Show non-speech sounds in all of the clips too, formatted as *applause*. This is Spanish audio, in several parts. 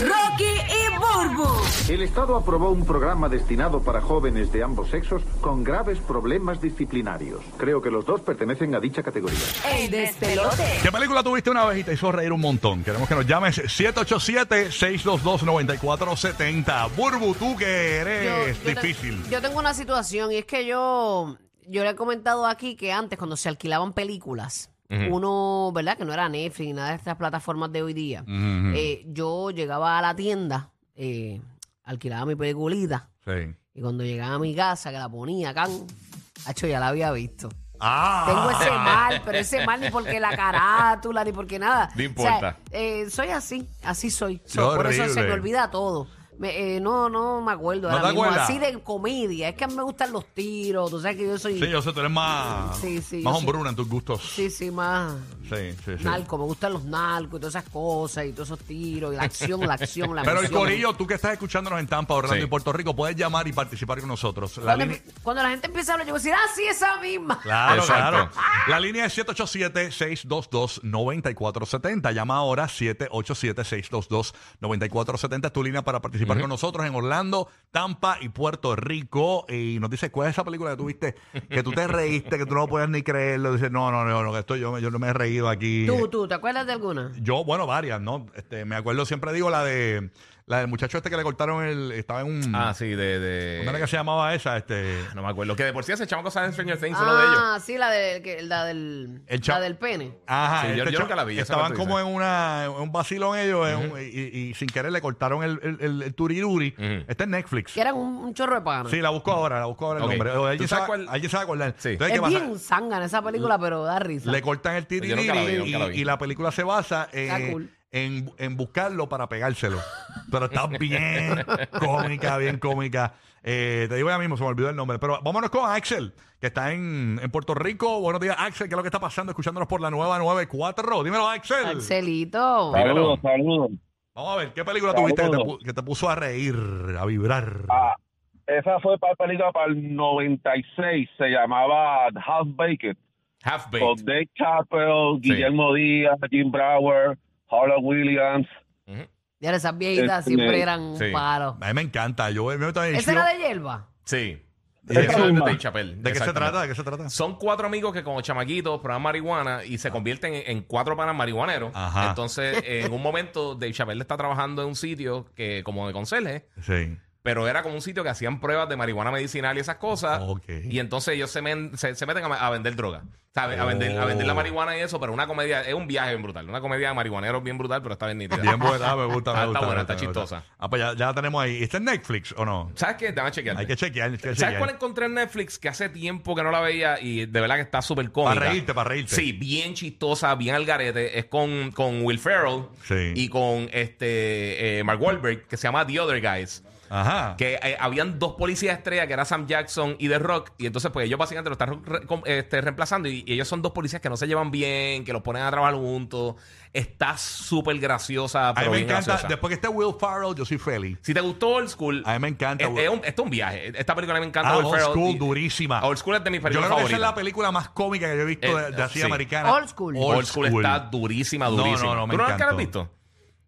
Rocky y Burbu. El Estado aprobó un programa destinado para jóvenes de ambos sexos con graves problemas disciplinarios. Creo que los dos pertenecen a dicha categoría. El despelote. ¿Qué película tuviste una vez y te hizo reír un montón? Queremos que nos llames 787-622-9470. Burbu, tú que eres te- difícil. yo tengo una situación y es que yo, yo le he comentado aquí que antes cuando se alquilaban películas, uno, ¿verdad? Que no era Netflix ni nada de estas plataformas de hoy día. eh, yo llegaba a la tienda, eh, alquilaba mi peliculita Sí. y cuando llegaba a mi casa que la ponía acá, hacho, ya la había visto. Ah, Tengo ese mal, pero ese mal ni porque la carátula, ni porque nada. No importa. O sea, eh, soy así, así soy. So, Qué por eso se horrible. me olvida todo. Me- eh, no, no me acuerdo ¿No ahora te mismo. acuerdas? Así de comedia. Es que a mí me gustan los tiros. Tú sabes que yo soy. Sí, yo sé, tú eres más, Sí, sí, más yo soy- hombruna en tus gustos. Sí, sí, sí, más sí, sí. narco. Me gustan los narcos y todas esas cosas y todos esos tiros y la acción, la acción, la *laughs* Pero el emoción. corillo, tú que estás escuchándonos en Tampa, Orlando Sí. y Puerto Rico, puedes llamar y participar con nosotros. La Cuando, línea... cuando la gente empieza a hablar, yo voy a decir, ah, sí, esa misma. Claro, Exacto. claro. La línea es 787-622-9470. Llama ahora 787-622-9470. Es tu línea para participar con nosotros en Orlando, Tampa y Puerto Rico. Y nos dice, ¿cuál es esa película que tuviste? Que tú te reíste, que tú no puedes ni creerlo. Dice, no, no, no, no que esto yo, yo no me he reído aquí. *laughs* Tú, tú, ¿te acuerdas de alguna? Yo, bueno, varias, ¿no? Este, me acuerdo, siempre digo la de la del muchacho este que le cortaron el. Estaba en un. Ah, sí, de. de- ah, ¿Cómo era que se llamaba esa? Este. No me acuerdo. Que de por sí ese chamo que sale en Stranger Things, uno de ellos. Ah, sí, la del, que- la del, El cha- la del pene. Ajá, Sí, yo- yo cha- nunca la vi, esa Estaban que tú como en dices. una en un vacilón ellos en un- y, y- y sin querer le cortaron el, el, el- el turiruri. Ujú. Está en Netflix. Que eran un, un chorro de pana. Sí, la busco ahora, la busco ahora Ok. el nombre. O ¿Tú Alguien sabe, sabes cuál? alguien sabe acordar. Sí. Entonces, es ¿qué pasa? bien zángana esa película, pero da risa. Le cortan el Pues Yo nunca la vi, tiririri nunca la vi. y, y la película se basa Está eh, cool. en, en buscarlo para pegárselo. Pero está *laughs* bien cómica, bien cómica. Eh, te digo ya mismo, se me olvidó el nombre. Pero vámonos con Axel, que está en, en Puerto Rico. Buenos días, Axel. ¿Qué es lo que está pasando? Escuchándonos por la nueva 94. Dímelo, Axel. Axelito. Dímelo. Saludos, saludos. Vamos a ver, ¿qué película tuviste que te, Saludos. pu- que te puso a reír, a vibrar? Ah, esa fue para película para el 96, se llamaba Half Baked, Half Baked. con Dave Chappelle, Sí. Guillermo Díaz, Jim Brower, Harlow Williams. Ya esas viejitas Este, siempre eran un sí. palo. a mí me encanta. Yo, me meto en el ¿Esa show. era de hierba? Sí. Y Ese eso- es el de misma. Dave Chappelle. ¿De qué se Exactamente. trata? ¿De qué se trata? Son cuatro amigos que como chamaquitos prueban marihuana y se convierten en, en cuatro panas marihuaneros. Ajá. Entonces, en un momento, Dave Chappelle está trabajando en un sitio que como de conserje, Sí. pero era como un sitio que hacían pruebas de marihuana medicinal y esas cosas. Ok. Y entonces ellos se, men- se- se meten a, ma- a vender droga. ¿sabes? A, vender, a vender la Oh. marihuana y eso, pero una comedia, es un viaje bien brutal. Una comedia de marihuaneros bien brutal, pero está bien nítida. Bien buena, me gusta, me Está gusta. me gusta, me buena, está gusta. chistosa. Ah, pues ya, ya la tenemos ahí. ¿Está en Netflix o no? ¿Sabes qué? Déjame chequear. Hay que chequear. hay que ¿Sabes chequear. cuál encontré en Netflix que hace tiempo que no la veía y de verdad que está súper cómica? Para reírte, para reírte. Sí, bien chistosa, bien al garete. Es con, con Will Ferrell Sí. y con este eh, Mark Wahlberg, que se llama The Other Guys. Ajá. Que eh, habían dos policías estrellas, que era Sam Jackson y The Rock, y entonces pues ellos básicamente lo están re- com- este, reemplazando y, y ellos son dos policías que no se llevan bien, que los ponen a trabajar juntos. Está súper graciosa, A mí pero me bien encanta. graciosa. Después que esté Will Farrell, yo soy feliz. Si te gustó Old School, A mí me encanta. este es un, este es un viaje. Esta película me encanta. Ah, Will Old Ferrell. School, Y- durísima. Old School es de mis yo creo películas que esa es favoritas. la película más cómica que yo he visto Eh, de, de así sí. americana. Old School. Old School está No, durísima, no, durísima. no, me ¿Tú nunca la has encantó. visto?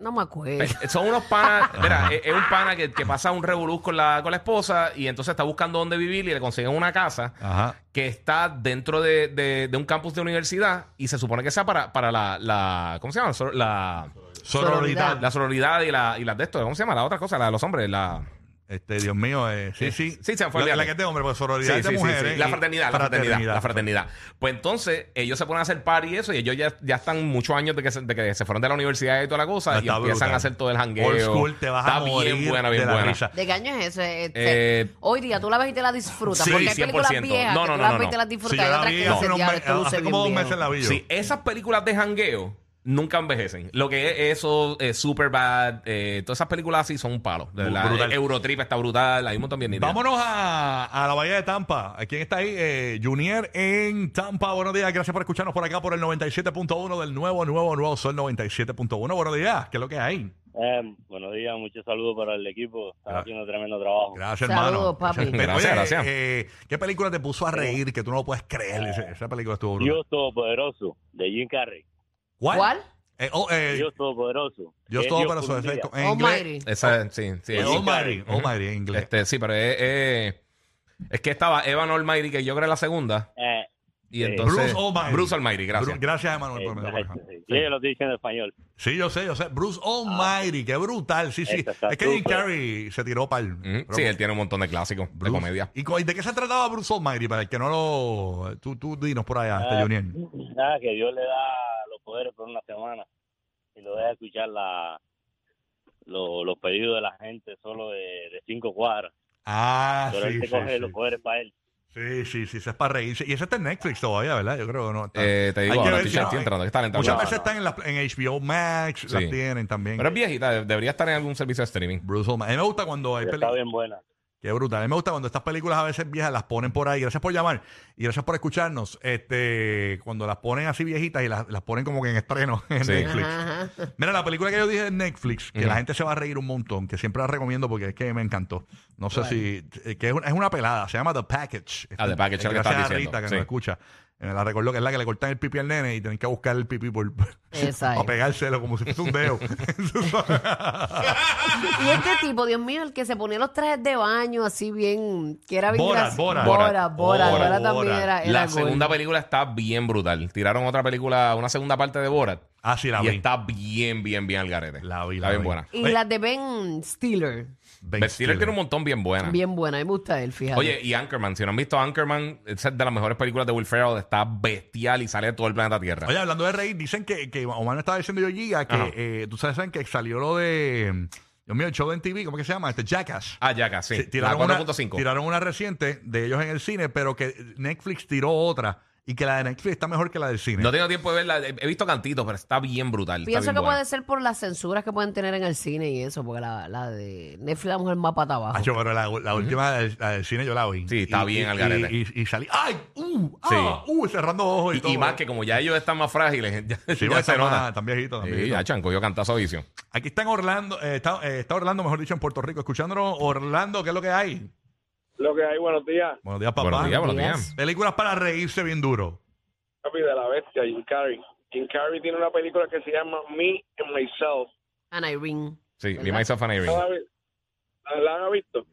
No me acuerdo. Eh, Son unos panas, mira, es, es un pana que, que pasa un revoluz con la, con la esposa y entonces está buscando dónde vivir y le consiguen una casa Ajá. que está dentro de, de- de un campus de universidad y se supone que sea para, para la, la- ¿cómo se llama? Sor- La, Sororidad. la sororidad y la, y las de esto, ¿cómo se llama? La otra cosa, la de los hombres, la... Este, Dios mío, eh, sí, Eh, sí. *laughs* sí, se me fue el la, diálogo. la que es de hombre, pues sororidad Sí, es de sí, sí, mujeres. sí. La y fraternidad, la fraternidad, la fraternidad. Pues entonces, ellos se ponen a hacer party y eso, y ellos ya, ya están muchos años de que, se, de que se fueron de la universidad y toda la cosa, No, y está empiezan brutal. a hacer todo el jangueo. Old school, te vas Está a morir bien buena, bien de la buena. risa. ¿De qué año es eso? Este, Eh, hoy día tú la ves y te la disfrutas. sí, porque hay películas 100%. viejas No, que no, tú no, las no, ves y no. te las Si disfrutas. yo y la otras vi que hace, dices, unos "Diablo, meses- esto luce hace bien como dos viejo". meses la vi yo. Sí, esas películas de jangueo nunca envejecen. Lo que es eso, eh, Superbad, eh, todas esas películas así son un palo. De verdad. Brutal. Eurotrip está brutal, hay un montón bien nítidas. Vámonos a, a la Bahía de Tampa. ¿Quién está ahí? Eh, Junior en Tampa. Buenos días. Gracias por escucharnos por acá por el 97.1 del nuevo, nuevo, nuevo Sol 97.1. Buenos días. ¿Qué es lo que hay? Eh, buenos días, muchos saludos para el equipo. Están Gra- haciendo tremendo trabajo. Gracias, Saludos, hermano. papi. Oye, Gracias, gracias. eh, ¿Qué película te puso a reír que tú no lo puedes creer? Ese- Esa película estuvo brutal. Dios Todopoderoso de Jim Carrey. ¿Cuál? ¿Cuál? Eh, oh, eh, Dios Todopoderoso. Dios Eh, todo para su un día. efecto. En Oh, inglés. Almighty. Esa, sí, sí. Eh, es- Almighty. Ujú. Almighty en inglés. Este, sí, pero es, es- es que estaba Evan Almighty, que yo creo que es la segunda. Eh, Y Sí. entonces, Bruce Almighty. Bruce Almighty, gracias. Bru- gracias, Emanuel. por exacto, por- ajá. eh, sí. Y ellos lo dicen en español. Sí, yo sé, yo sé. Bruce Almighty, qué brutal. Sí, sí. Esta Ah. está Es que Jim súper. Carrey se tiró para el. Ujú. Mm, Sí, él tiene un montón de clásicos de comedia. ¿Y co- y de qué se trataba Bruce Almighty? Para el que no lo. Tú, tú dinos por allá, este Ah, Junior. Nada, que Dios le da los poderes por una semana y lo deja escuchar la, lo- los pedidos de la gente solo de, de cinco cuadras. Ah, Pero sí. él se sí, coge sí. los poderes para él. Sí, sí, sí, ese es para reírse. Y ese está en Netflix todavía, ¿verdad? Yo creo que no. está- Eh, te digo, Ah. Hay que ahora ver estoy, si no- estoy entrando, están entrando. Muchas No, veces no. están en, la- en HBO Max, las Sí. tienen también. Pero es viejita, de- debería estar en algún servicio de streaming. Bruce Almighty. A mí me gusta cuando hay pero Está películas. bien buena. Qué brutal. A mí me gusta cuando estas películas a veces viejas las ponen por ahí. Gracias por llamar y gracias por escucharnos. Este, cuando las ponen así viejitas y las, las ponen como que en estreno *laughs* en Sí. Netflix. Ajá, ajá. Mira, la película que yo dije en Netflix, que Ujú. la gente se va a reír un montón, que siempre la recomiendo porque es que me encantó. No sé si. eh, que es, una, es una pelada, se llama The Package. Ah, The Está- Package, es la gracias que estás a diciendo, Rita, que sí. nos escucha. Eh, Me la recordó que es la que le cortan el pipi al nene y tienen que buscar el pipí por. *laughs* Esa para es. pegárselo como si fuese un *laughs* dedo. Y este tipo, Dios mío, el que se ponía los trajes de baño así bien, que era bien Borat, gracioso. Borat. Bora, Bora, Borat. Bora también Borat. era, era La segunda gol. película está bien brutal. Tiraron otra película, una segunda parte de Borat. ah, sí, la y vi. está bien, bien, bien al garete. La vi, Está la bien vi. buena. Y la de Ben Stiller, Ben Ben Stiller tiene un montón bien buena. bien buena, a mí me gusta él, fíjate. Oye, y Anchorman, si no han visto Anchorman, esa es de las mejores películas de Will Ferrell, está bestial y sale de todo el planeta Tierra. Oye, hablando de reír, dicen que, que Omar me estaba diciendo yo, Giga, Ajá. que eh, tú sabes saben que salió lo de. Dios mío, el show en TV, ¿cómo que se llama? Este Jackass. ah, Jackass, sí. Sí, la tiraron, una, 4.5. tiraron una reciente de ellos en el cine, pero que Netflix tiró otra y que la de Netflix está mejor que la del cine. No tengo tiempo de verla, he he visto cantitos, pero está bien brutal. está Pienso bien que buena. puede ser por las censuras que pueden tener en el cine y eso, porque la, la de Netflix la mujer más pata Ah, abajo. Hacho, Ah, pero la, la última, la del, la del cine, yo la vi. Sí, está bien al y, garete. y, y salí, ¡ay! ¡Uh! ¡Ah! ¡Uh! Cerrando ojos y, Y- todo. Y, más que como ya ellos están más frágiles, *laughs* ya, Sí, ya bueno, se está más- nota. tan viejito, tan Sí, viejito. ya chanco, yo cantazo vicio. Aquí está en Orlando, eh, está, eh, está Orlando, mejor dicho, en Puerto Rico. Escuchándonos, Orlando, ¿qué es lo que hay? Lo que hay, buenos días. Buenos días, papá. Buenos días, buenos Buenos días. Películas para reírse bien duro. Papi de la bestia, Jim Carrey. Jim Carrey tiene una película que se llama Me and Myself. And Irene. Sí, Me, ¿Verdad? Myself and Irene. ¿La, la- la han visto?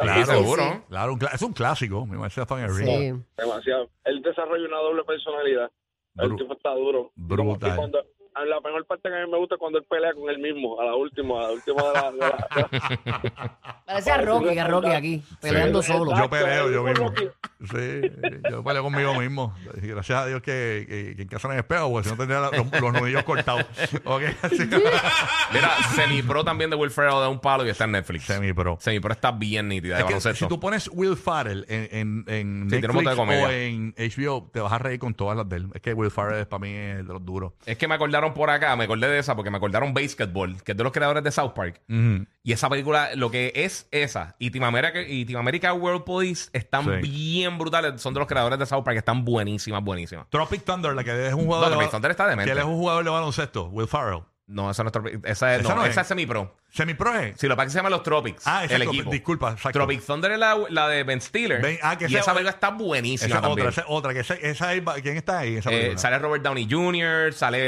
Sí, seguro. Sí, sí. Claro, un cla- es un clásico. Mi maestra Fan Sí. Demasiado. Él desarrolla una doble personalidad. El Bru- tipo está duro. brutal. Y cuando- a la mejor parte que a mí me gusta es cuando él pelea con él mismo, a la última, a la última de *laughs* la... de la- de la- Parecía Rocky, que Rocky aquí, peleando solo. Yo peleo yo Exacto, mismo. es Sí, yo peleo conmigo mismo. Y Gracias a Dios que, que, que en casa no hay espejo, porque si no tendría la- los, los nudillos cortados. *laughs* Ok, así *laughs* *laughs* Mira, Semipro también de Will Ferrell da un palo y está en Netflix. Semi-pro. Semipro está bien nítida de Es que si baloncesto. tú pones Will Farrell en, en, en Sí, tiene un montón Netflix de comedia. o en HBO, te vas a reír con todas las de él. Es que Will Farrell es para mí es de los duros. Es que me acordaron por acá, me acordé de esa porque me acordaron Basketball, que es de los creadores de South Park. Y esa película, lo que es esa, y Team America, y Team America World Police están Sí. bien brutales. Son de los creadores de South Park, están buenísimas, buenísimas. Tropic Thunder, la que es un jugador. No, Tropic ba- Thunder está demente. Que él es un jugador de baloncesto, Will Farrell. No, esa no es, Tropic- esa es, Esa no, no es. esa es semi-pro. Semi-pro es. Si lo que pasa es que se llama los Tropics, Ah, el exacto. equipo. Disculpa, exacto. Tropic Thunder es la, la de Ben Stiller. Ben- ah, que y sea- esa película está Esa buenísima es también. otra, esa es otra. Que esa, esa es- ¿Quién está ahí? en Esa Eh, película? sale Robert Downey Jr., sale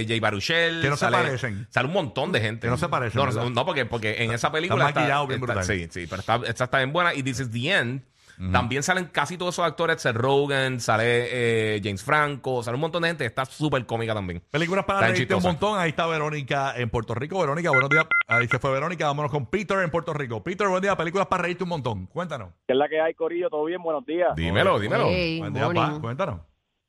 eh, Jay Baruchel. Que no se sale, parecen. Sale un montón de gente. Que no se parecen, No, no, ¿verdad? no, porque, porque en esa película. está maquillado bien brutal. Sí, sí, pero está, esta está bien buena. Y This is the End. También salen casi todos esos actores. Seth Rogen, sale eh, James Franco, sale un montón de gente. Está súper cómica también. Películas para Tan reírte chistosa. un montón. Ahí está Verónica en Puerto Rico. Verónica, buenos días. Ahí se fue Verónica. Vámonos con Peter en Puerto Rico. Peter, buen día. Películas para reírte un montón. Cuéntanos. ¿Qué es la que hay, Corillo? ¿Todo bien? Buenos días. Dímelo, dímelo. Hey, Buen día, morning. pa. Cuéntanos.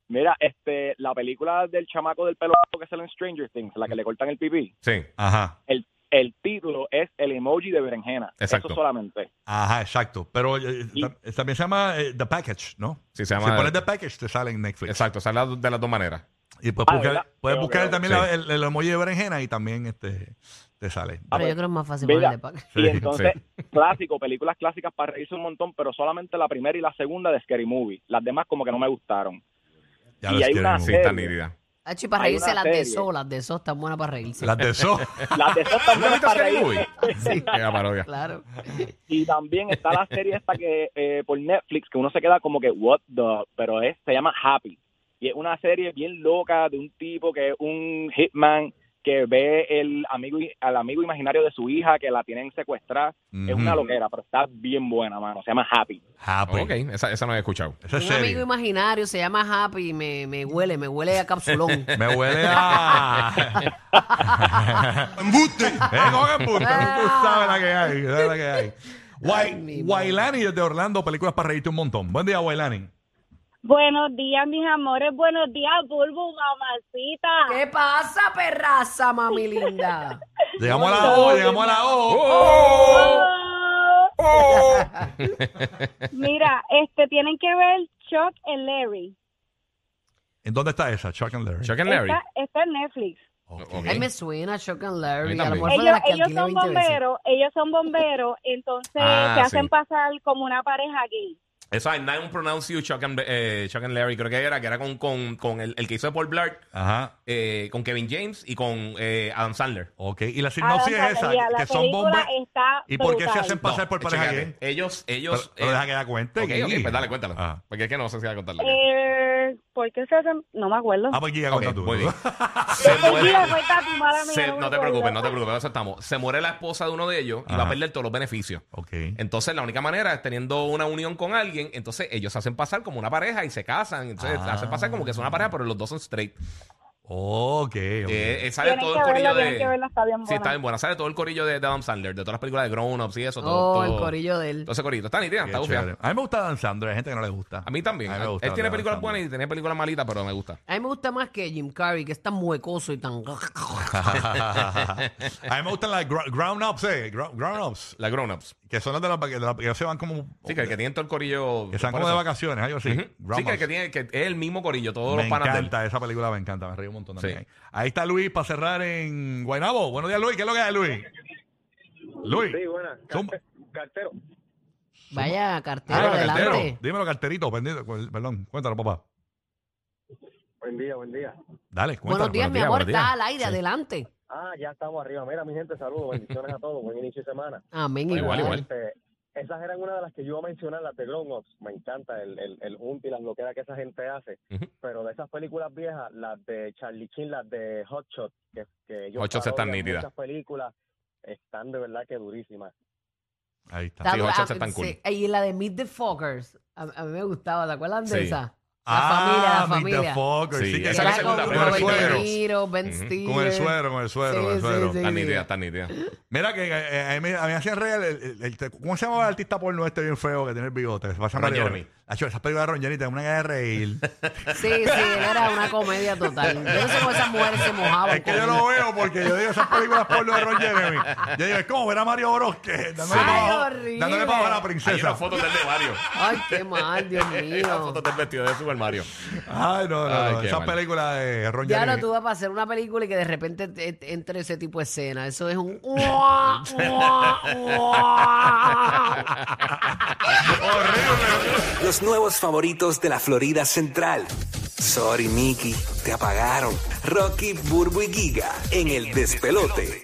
Mira, este, la película del chamaco del pelo que sale en Stranger Things, la que le cortan el pipí, Sí. Ajá. el, el título es el emoji de berenjena. Exacto. Eso solamente. Ajá, exacto. Pero eh, Y- ta- también se llama eh, The Package, ¿no? Sí, si se llama. pones The Package, te sale en Netflix. Exacto, sale la- de las dos maneras. Y puedes Ah, buscar, ¿verdad? puedes Creo buscar que- también sí. la- el, el emoji de berenjena y también este, te sale. Pero yo creo que es más fácil Mira. ponerle pack. Y entonces, clásico, películas clásicas para reírse un montón, pero solamente la primera y la segunda de Scary Movie. Las demás como que no me gustaron. Ya y los hay quieren una un- Sí, está Serio. nítida. Hacho, y Ah, para Hay reírse una las de serie. eso, las de eso están buenas para reírse. Las de *laughs* eso. Las de esas ¿No has también visto para Scary reírse. Movie? Sí. Era parodia. Claro. Y también está la serie esta que eh, por Netflix, que uno se queda como que, what the, pero es, se llama Happy. Y Y es una serie bien loca de un tipo que es un hitman que ve el amigo i- al amigo imaginario de su hija que la tienen secuestrada. Es una Ujú. loquera, pero está bien buena, mano. Se llama Happy. Happy. Ok, esa, esa no la he escuchado. Esa es Un amigo serio. imaginario se llama Happy y me, me huele, me huele a *laughs* capsulón. *laughs* Me huele a. ¡Embuste! *laughs* ¡Eh, no hagan embuste! Tú sabes la que hay. Sabes la que hay. Guay- Ah. Ay, mi madre. Guaylani desde Orlando, películas para reírte un montón. Buen día, Guaylani. Buenos días, mis amores. Buenos días, Bulbu, mamacita. ¿Qué pasa, perraza, mami linda? Llegamos a la O, Oh, llegamos a la O. Oh. Mira, este tienen que ver Chuck and Larry. ¿En dónde está esa? Chuck and Larry. Chuck and Larry. Está, está en Netflix. Ok. Ok. Ay, me suena Chuck and A mí Larry. A, lo también. mejor fue de Ellos, las que ellos alquilé son 20 veces. bomberos, ellos son bomberos, entonces Ah, se hacen sí. pasar como una pareja gay. Eso es Nine Pronounce You, Chuck and, eh, Chuck and Larry, creo que era, que era con, con, con el, el que hizo de Paul Blart, Ajá. eh, con Kevin James y con eh, Adam Sandler. Ok. Y Ah, la sinopsis Adam es esa: Sandler, la que son película bombas. está ¿Y por qué se brutal. hacen pasar por No, pareja chécate. gay? Ellos, ellos. Pero, pero eh, deja que la cuente. ok, ok, Gui. pues dale, cuéntalo. Ah, Porque es que no sé si va a contarla. Eh, ¿Por qué se hacen? No me acuerdo. Ah, pues Guilla, Ok, cuenta tú. *laughs* muy bien. Te Se perdí muere- la cuenta, tu mala mía, se- me no te acuerdo. preocupes, no te preocupes, eso estamos. Se muere la esposa de uno de ellos y va Ajá. a perder todos los beneficios. Ok. Entonces, la única manera es teniendo una unión con alguien. Entonces, ellos se hacen pasar como una pareja y se casan. Entonces, Ah. se hacen pasar como que son una pareja, pero los dos son straight. Ok. ok. Eh, eh, sale Tienen todo que el corillo verla, de. tienen que verla, está bien buena. Sí, está bien buena. Sale todo el corillo de, de Adam Sandler, de todas las películas de Grown Ups y eso. Todo, Oh, el todo- corillo de él. Todo ese corillito. Está nítida, Qué está chévere. bufia. A mí me gusta danzando, hay gente que no le gusta. A mí también. A mí me gusta Él tiene Dan películas Sandler. buenas y tiene películas malitas, pero me gusta. A mí me gusta más que Jim Carrey, que es tan muecoso y tan... *laughs* a mí me gustan las gro- ground ups, eh, gro- ground ups, Las Grown Ups. que son las de las que, de las que se van como Sí, que, el que tienen todo el corillo. que se van por como de eso. vacaciones, algo así. Ujú. Ground Sí, que, el ups. que tiene que es el mismo corillo, todos me los panas de él. encanta esa película, me encanta, me río un montón también. Sí. Ahí está Luis para cerrar en Guaynabo. Buenos días, Luis. ¿Qué es lo que hay, Luis? Luis. buena. Zumba. Cartero. Vaya, Ah, cartero, cartero. adelante. Dímelo, carterito, pendiente- cu- perdón, cuéntalo, papá. Buen día, buen día. Dale, cuéntalo. Buenos días, mi días, amor. buenos días. Está al aire, adelante. Ah, ya estamos arriba. Mira, mi gente, saludos. Bendiciones a todos. Buen inicio de semana. Amén, igual. Igual, igual. Este, esas eran una de las que yo iba a mencionar, las de Grown Ups. Me encanta el, el, el junte y las loqueras que esa gente hace. Ujú. Pero de esas películas viejas, las de Charlie Chin, las de Hot Shot, que, que ellos Hot Shots están parodian nítidas. Muchas películas están de verdad que durísimas. Ahí está. Está Sí, dura- Hot Shots ah, están cool. sí. Y la de Meet the Fuckers. A, a mí me gustaba, ¿te acuerdan de Sí. esa? La ah, familia, la familia. Meet the Fuckers. Sí, Sí, que Que esa es la era con segunda, con primero el de Robert De suero. Niros. Niro, Ben Ujú. Stiller. Con el suero, con el suero, Sí, con el sí, suero. sí. Está nítida, *laughs* está nítida. Mira que eh, a, mí, a mí me hacían reír el, el- el- ¿Cómo se llamaba el artista porno este bien feo que tiene el bigote? Se pasa Ron varios- Jeremy. Hacho, esas películas de Ron Jeremy te dan una gana de reír. Sí, sí, él era una comedia total. *laughs* Yo no sé cómo esas mujeres se mojaban. es que con yo él. lo veo porque yo digo esas películas porno de Ron Jeremy. Yo digo, es como ver a Mario Bros que dándole, Ay, para abajo- horrible. dándole para abajo a la Hay una princesa. foto del de Mario. Ay, qué mal, *laughs* Dios Hay una foto mío. del vestido de *laughs* Super Mario. *laughs* Ay, no, no, Ay, no. qué Esas mal. películas de Ron Ya no Jeremy. tú vas a hacer una película y que de repente te- te entre ese tipo de escena. Eso es un. ¡Uah, uah, uah! Los nuevos favoritos de la Florida Central. Sorry, Mickey, te apagaron. Rocky, Burbu y Giga en el despelote.